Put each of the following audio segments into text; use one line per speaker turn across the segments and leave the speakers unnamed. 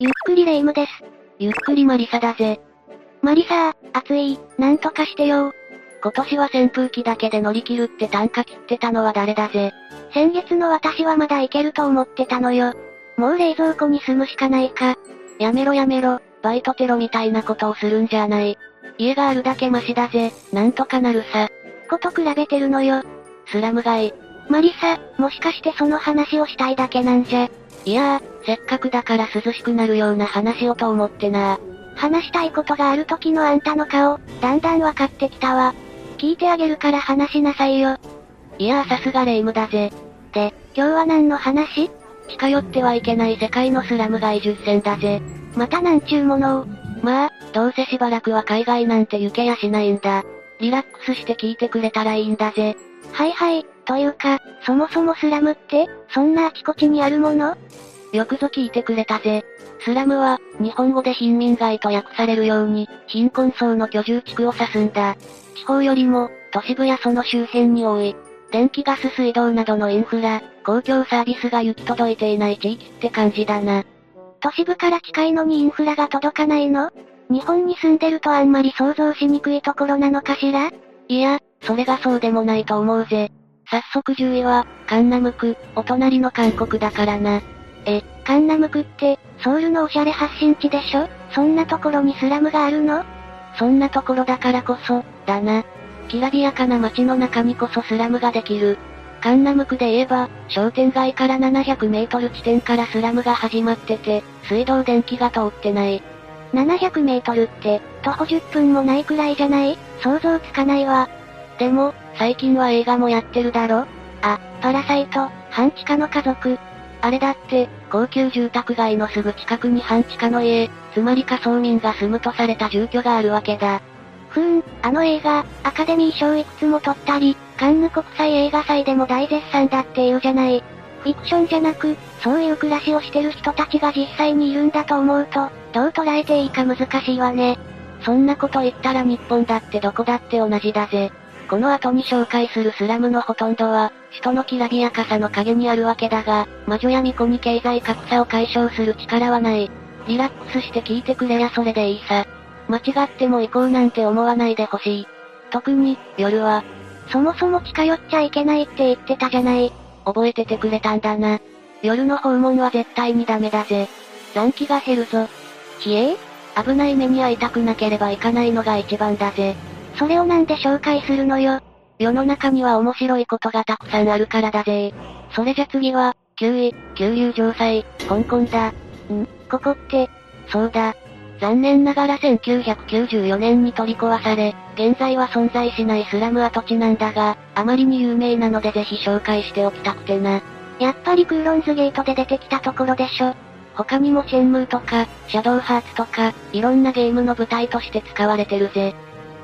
ゆっくりレ夢ムです。
ゆっくりマリサだぜ。
マリサー、暑い、なんとかしてよ。
今年は扇風機だけで乗り切るって単価切ってたのは誰だぜ。
先月の私はまだいけると思ってたのよ。もう冷蔵庫に住むしかないか。
やめろやめろ、バイトテロみたいなことをするんじゃない。家があるだけマシだぜ、なんとかなるさ。
こと比べてるのよ。
スラム街。
マリサ、もしかしてその話をしたいだけなんじゃ。
いやー、せっかくだから涼しくなるような話をと思ってな。
話したいことがある時のあんたの顔、だんだんわかってきたわ。聞いてあげるから話しなさいよ。
いやーさすがレ夢ムだぜ。
で、今日は何の話
近寄ってはいけない世界のスラム街10選だぜ。
またなんちゅうものを。
まあ、どうせしばらくは海外なんて行けやしないんだ。リラックスして聞いてくれたらいいんだぜ。
はいはい、というか、そもそもスラムって、そんなあちこちにあるもの
よくぞ聞いてくれたぜ。スラムは、日本語で貧民街と訳されるように、貧困層の居住地区を指すんだ。地方よりも、都市部やその周辺に多い。電気ガス水道などのインフラ、公共サービスが行き届いていない地域って感じだな。
都市部から近いのにインフラが届かないの日本に住んでるとあんまり想像しにくいところなのかしら
いや、それがそうでもないと思うぜ。早速10位は、カンナムク、お隣の韓国だからな。
え、カンナムクって、ソウルのおしゃれ発信地でしょそんなところにスラムがあるの
そんなところだからこそ、だな。きらびやかな街の中にこそスラムができる。カンナムクで言えば、商店街から700メートル地点からスラムが始まってて、水道電気が通ってない。
700メートルって、徒歩10分もないくらいじゃない想像つかないわ。
でも、最近は映画もやってるだろ
あ、パラサイト、半地下の家族。
あれだって、高級住宅街のすぐ近くに半地下の家、つまり仮想民が住むとされた住居があるわけだ。
ふーん、あの映画、アカデミー賞いくつも取ったり、カンヌ国際映画祭でも大絶賛だっていうじゃない。フィクションじゃなく、そういう暮らしをしてる人たちが実際にいるんだと思うと、どう捉えていいか難しいわね。
そんなこと言ったら日本だってどこだって同じだぜ。この後に紹介するスラムのほとんどは、首都のきらびやかさの陰にあるわけだが、魔女や巫女に経済格差を解消する力はない。リラックスして聞いてくれやそれでいいさ。間違っても行こうなんて思わないでほしい。特に、夜は。
そもそも近寄っちゃいけないって言ってたじゃない。
覚えててくれたんだな。夜の訪問は絶対にダメだぜ。残機が減るぞ。
ひえ
危ない目に遭いたくなければいかないのが一番だぜ。
それをなんで紹介するのよ。
世の中には面白いことがたくさんあるからだぜ。それじゃ次は、9位、九遊城塞、香港だ。
んここって、
そうだ。残念ながら1994年に取り壊され、現在は存在しないスラム跡地なんだが、あまりに有名なのでぜひ紹介しておきたくてな。
やっぱりクーロンズゲートで出てきたところでしょ。
他にもシェンムーとか、シャドウハーツとか、いろんなゲームの舞台として使われてるぜ。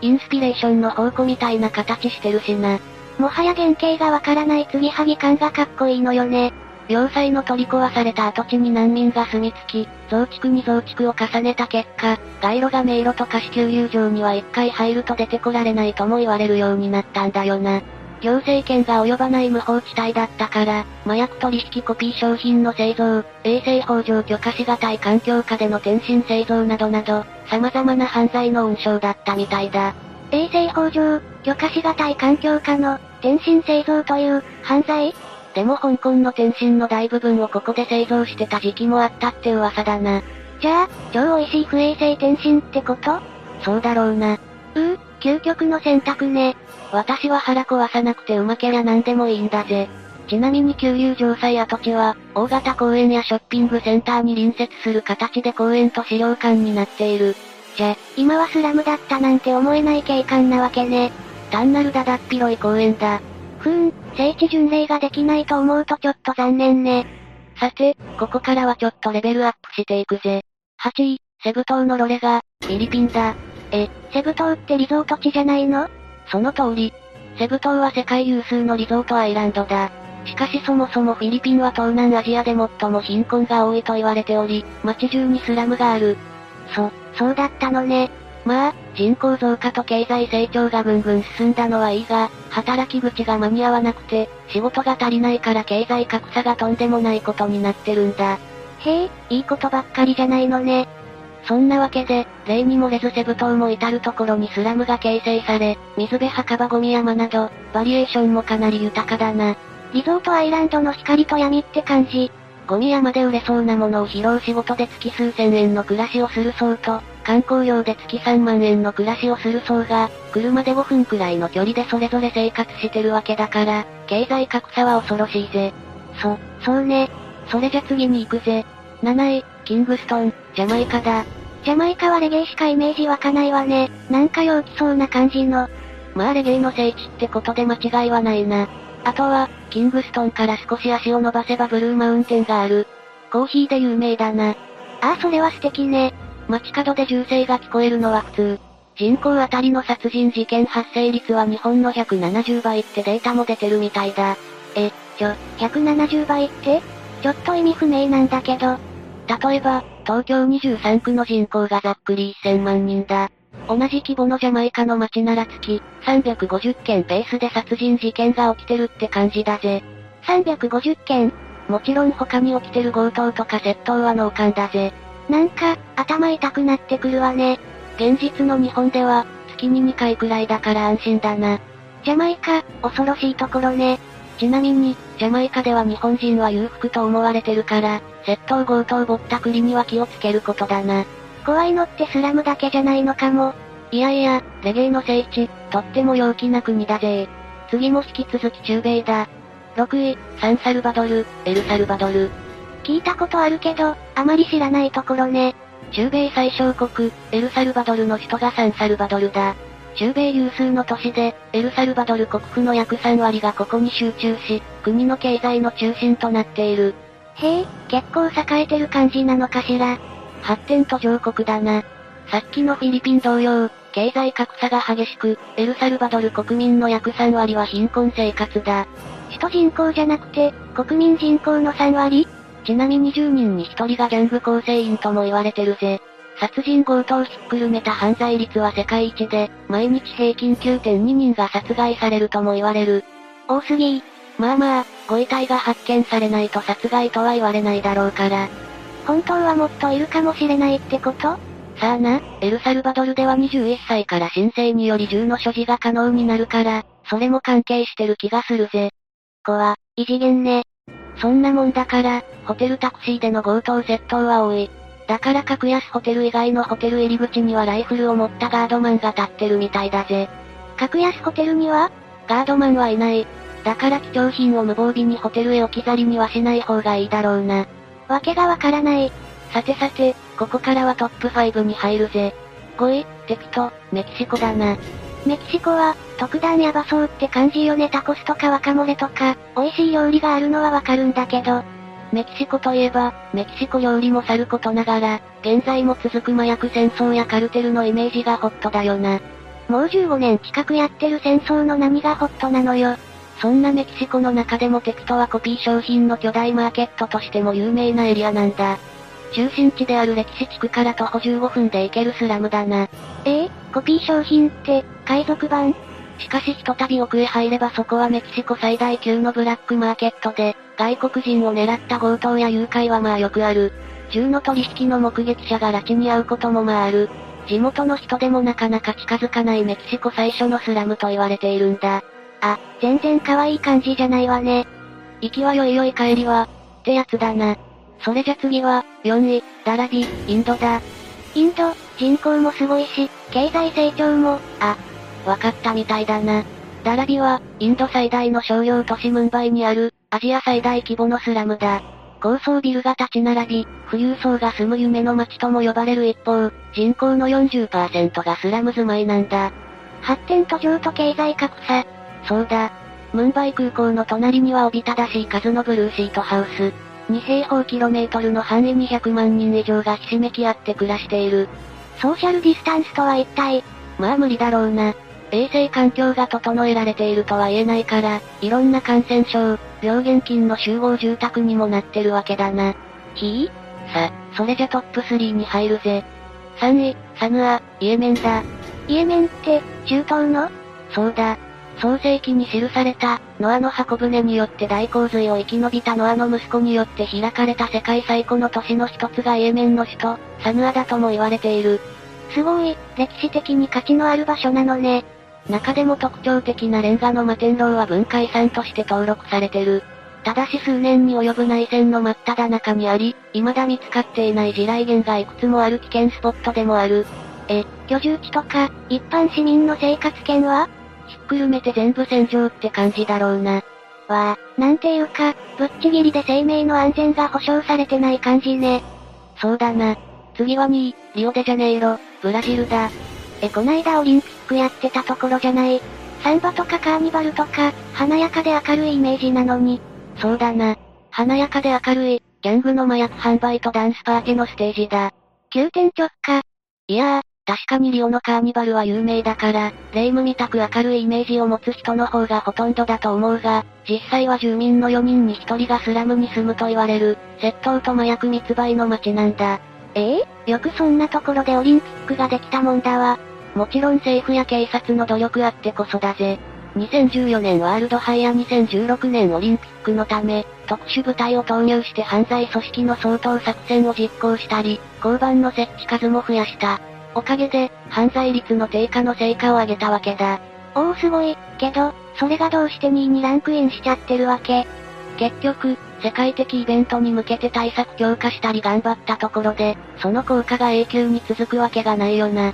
インスピレーションの宝庫みたいな形してるしな。
もはや原型がわからない継ぎはぎ感がかっこいいのよね。
要塞の取り壊された跡地に難民が住み着き、増築に増築を重ねた結果、街路が迷路とか子宮遊場には一回入ると出てこられないとも言われるようになったんだよな。行政権が及ばない無法地帯だったから、麻薬取引コピー商品の製造、衛生法上許可しがたい環境下での転身製造などなど、様々な犯罪の温床だったみたいだ。
衛生法上、許可しがたい環境下の転身製造という犯罪
でも香港の天津の大部分をここで製造してた時期もあったって噂だな。
じゃあ、超美味しい不衛生天津ってこと
そうだろうな。
うー、究極の選択ね。
私は腹壊さなくてうまけりゃ何でもいいんだぜ。ちなみに旧遊城塞跡地は、大型公園やショッピングセンターに隣接する形で公園と資料館になっている。
じゃ、今はスラムだったなんて思えない景観なわけね。
単なるだだっ広い公園だ。
ふーん、聖地巡礼ができないと思うとちょっと残念ね。
さて、ここからはちょっとレベルアップしていくぜ。8位、セブ島のロレが、フィリピンだ。
え、セブ島ってリゾート地じゃないの
その通り。セブ島は世界有数のリゾートアイランドだ。しかしそもそもフィリピンは東南アジアで最も貧困が多いと言われており、街中にスラムがある。
そ、そうだったのね。
まあ、人口増加と経済成長がぐんぐん進んだのはいいが、働き口が間に合わなくて、仕事が足りないから経済格差がとんでもないことになってるんだ。
へえ、いいことばっかりじゃないのね。
そんなわけで、例に漏れずセブ島も至るところにスラムが形成され、水辺墓場ゴミ山など、バリエーションもかなり豊かだな。
リゾートアイランドの光と闇って感じ。
ゴミ山で売れそうなものを拾う仕事で月数千円の暮らしをする層と、観光料で月3万円の暮らしをする層が、車で5分くらいの距離でそれぞれ生活してるわけだから、経済格差は恐ろしいぜ。
そ、そうね。
それじゃ次に行くぜ。7位、キングストン、ジャマイカだ。
ジャマイカはレゲエしかイメージ湧かないわね。なんか陽気そうな感じの。
まあレゲエの聖地ってことで間違いはないな。あとは、キングストンから少し足を伸ばせばブルーマウンテンがある。コーヒーで有名だな。
ああ、それは素敵ね。
街角で銃声が聞こえるのは普通。人口当たりの殺人事件発生率は日本の170倍ってデータも出てるみたいだ。
え、ちょ、170倍ってちょっと意味不明なんだけど。
例えば、東京23区の人口がざっくり1000万人だ。同じ規模のジャマイカの街なら月、350件ペースで殺人事件が起きてるって感じだぜ。
350件
もちろん他に起きてる強盗とか窃盗は脳幹だぜ。
なんか、頭痛くなってくるわね。
現実の日本では、月に2回くらいだから安心だな。
ジャマイカ、恐ろしいところね。
ちなみに、ジャマイカでは日本人は裕福と思われてるから、窃盗強盗ぼったくりには気をつけることだな。
怖いのってスラムだけじゃないのかも。
いやいや、レゲエの聖地、とっても陽気な国だぜ。次も引き続き中米だ。6位、サンサルバドル、エルサルバドル。
聞いたことあるけど、あまり知らないところね。
中米最小国、エルサルバドルの首都がサンサルバドルだ。中米有数の都市で、エルサルバドル国府の約3割がここに集中し、国の経済の中心となっている。
へえ、結構栄えてる感じなのかしら。
発展途上国だな。さっきのフィリピン同様、経済格差が激しく、エルサルバドル国民の約3割は貧困生活だ。
首都人口じゃなくて、国民人口の3割
ちなみに10人に1人がギャング構成員とも言われてるぜ。殺人強盗をひっくるめた犯罪率は世界一で、毎日平均9.2人が殺害されるとも言われる。
多すぎ
まあまあ、ご遺体が発見されないと殺害とは言われないだろうから。
本当はもっといるかもしれないってこと
さあな、エルサルバドルでは21歳から申請により銃の所持が可能になるから、それも関係してる気がするぜ。
子は、異次元ね。
そんなもんだから、ホテルタクシーでの強盗窃盗は多い。だから格安ホテル以外のホテル入り口にはライフルを持ったガードマンが立ってるみたいだぜ。
格安ホテルには
ガードマンはいない。だから貴重品を無防備にホテルへ置き去りにはしない方がいいだろうな。
わけがわからない。
さてさて、ここからはトップ5に入るぜ。5位、テピト、メキシコだな。
メキシコは、特段ヤバそうって感じよねタコスとかワカモレとか、美味しい料理があるのはわかるんだけど。
メキシコといえば、メキシコ料理もさることながら、現在も続く麻薬戦争やカルテルのイメージがホットだよな。
もう15年近くやってる戦争の何がホットなのよ。
そんなメキシコの中でもテピトはコピー商品の巨大マーケットとしても有名なエリアなんだ。中心地である歴史地区から徒歩15分で行けるスラムだな。
ええコピー商品って、海賊版
しかしひとたび奥へ入ればそこはメキシコ最大級のブラックマーケットで、外国人を狙った強盗や誘拐はまあよくある。銃の取引の目撃者が拉致に遭うこともまあある。地元の人でもなかなか近づかないメキシコ最初のスラムと言われているんだ。
あ、全然可愛い感じじゃないわね。
行きはよいよい帰りは、ってやつだな。それじゃ次は、4位、ダラビ、インドだ。
インド、人口もすごいし、経済成長も、
あ、わかったみたいだな。ダラビは、インド最大の商業都市ムンバイにある、アジア最大規模のスラムだ。高層ビルが立ち並び、富裕層が住む夢の街とも呼ばれる一方、人口の40%がスラム住まいなんだ。
発展途上と経済格差、
そうだ。ムンバイ空港の隣にはおびただしい数のブルーシートハウス。2平方キロメートルの範囲200万人以上がひしめき合って暮らしている。
ソーシャルディスタンスとは一体
まあ無理だろうな。衛生環境が整えられているとは言えないから、いろんな感染症、病原菌の集合住宅にもなってるわけだな。
ひ
ぃさ、それじゃトップ3に入るぜ。3位、サヌア、イエメンだ。
イエメンって、中東の
そうだ。創世記に記された、ノアの箱舟によって大洪水を生き延びたノアの息子によって開かれた世界最古の都市の一つがイエメンの首都、サヌアだとも言われている。
すごい、歴史的に価値のある場所なのね。
中でも特徴的なレンガの摩天楼は文化遺産として登録されてる。ただし数年に及ぶ内戦の真っ只中にあり、未だ見つかっていない地雷原がいくつもある危険スポットでもある。
え、居住地とか、一般市民の生活圏は
ひっくるめて全部戦場って感じだろうな。
わあ、なんていうか、ぶっちぎりで生命の安全が保障されてない感じね。
そうだな。次は2位、リオデジャネイロ、ブラジルだ。
え、こないだオリンピックやってたところじゃない。サンバとかカーニバルとか、華やかで明るいイメージなのに。
そうだな。華やかで明るい、ギャングの麻薬販売とダンスパーティのステージだ。
急転直下。
いやー、確かにリオのカーニバルは有名だから、霊夢みたく明るいイメージを持つ人の方がほとんどだと思うが、実際は住民の4人に1人がスラムに住むと言われる、窃盗と麻薬密売の街なんだ。
ええー、よくそんなところでオリンピックができたもんだわ。
もちろん政府や警察の努力あってこそだぜ。2014年ワールドハイや2016年オリンピックのため、特殊部隊を投入して犯罪組織の掃討作戦を実行したり、交番の設置数も増やした。おかげで、犯罪率の低下の成果を上げたわけだ。
おおすごい、けど、それがどうして2位にランクインしちゃってるわけ。
結局、世界的イベントに向けて対策強化したり頑張ったところで、その効果が永久に続くわけがないよな。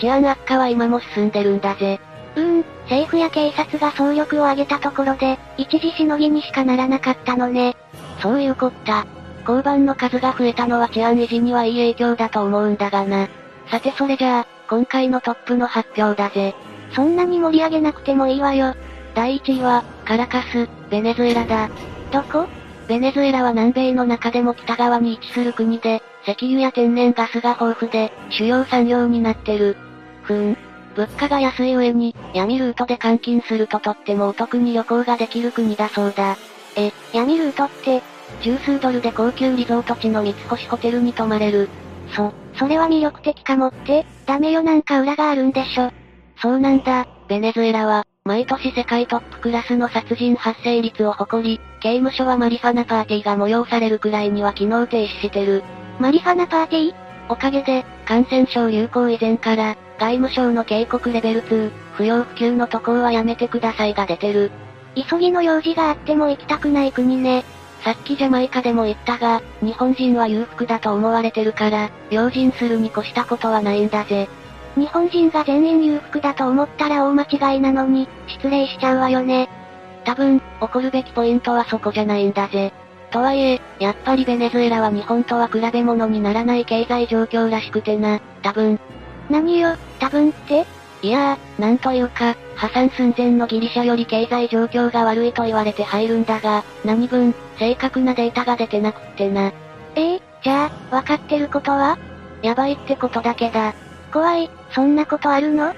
治安悪化は今も進んでるんだぜ。
うーん、政府や警察が総力を挙げたところで、一時しのぎにしかならなかったのね。
そういうこった。交番の数が増えたのは治安維持にはいい影響だと思うんだがな。さてそれじゃあ、今回のトップの発表だぜ。
そんなに盛り上げなくてもいいわよ。
第1位は、カラカス、ベネズエラだ。
どこ
ベネズエラは南米の中でも北側に位置する国で、石油や天然ガスが豊富で、主要産業になってる。ふーん。物価が安い上に、闇ルートで換金するととってもお得に旅行ができる国だそうだ。
え、闇ルートって、
十数ドルで高級リゾート地の三星ホテルに泊まれる。
そ、それは魅力的かもって、ダメよなんか裏があるんでしょ。
そうなんだ、ベネズエラは、毎年世界トップクラスの殺人発生率を誇り、刑務所はマリファナパーティーが催されるくらいには機能停止してる。
マリファナパーティー
おかげで、感染症流行以前から、外務省の警告レベル2、不要不急の渡航はやめてくださいが出てる。
急ぎの用事があっても行きたくない国ね。
さっきジャマイカでも言ったが、日本人は裕福だと思われてるから、用心するに越したことはないんだぜ。
日本人が全員裕福だと思ったら大間違いなのに、失礼しちゃうわよね。
多分、怒るべきポイントはそこじゃないんだぜ。とはいえ、やっぱりベネズエラは日本とは比べ物にならない経済状況らしくてな、多分。
何よ、多分って
いやー、なんというか、破産寸前のギリシャより経済状況が悪いと言われて入るんだが、何分、正確なデータが出てなくってな。
ええー、じゃあ、わかってることは
やばいってことだけだ。
怖い、そんなことあるの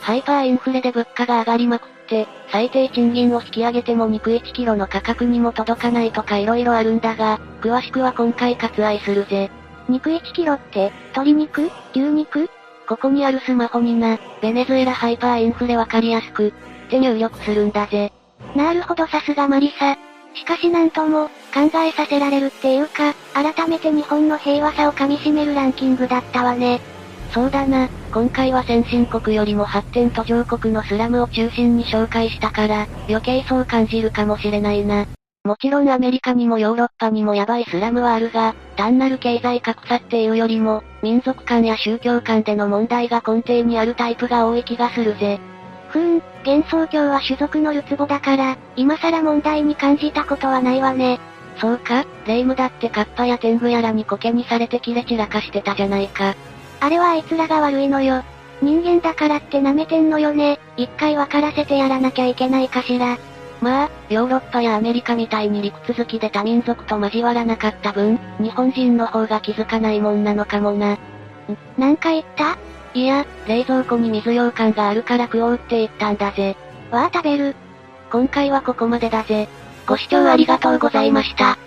ハイパーインフレで物価が上がりまくって、最低賃金を引き上げても肉1キロの価格にも届かないとか色々あるんだが、詳しくは今回割愛するぜ。
肉1キロって、鶏肉牛肉
ここにあるスマホにな、ベネズエラハイパーインフレわかりやすく、って入力するんだぜ。
なるほどさすがマリサ。しかしなんとも、考えさせられるっていうか、改めて日本の平和さをかみしめるランキングだったわね。
そうだな、今回は先進国よりも発展途上国のスラムを中心に紹介したから、余計そう感じるかもしれないな。もちろんアメリカにもヨーロッパにもヤバいスラムはあるが、単なる経済格差っていうよりも、民族間や宗教間での問題が根底にあるタイプが多い気がするぜ。
ふーん、幻想郷は種族のるつぼだから、今更問題に感じたことはないわね。
そうか、霊夢だってカッパや天狗やらにコケにされてキレ散らかしてたじゃないか。
あれはあいつらが悪いのよ。人間だからって舐めてんのよね。一回分からせてやらなきゃいけないかしら。
まあ、ヨーロッパやアメリカみたいに陸続きで多民族と交わらなかった分、日本人の方が気づかないもんなのかもな。ん、
なんか言った
いや、冷蔵庫に水羊羹があるから食おうって言ったんだぜ。
わあ食べる。
今回はここまでだぜ。ご視聴ありがとうございました。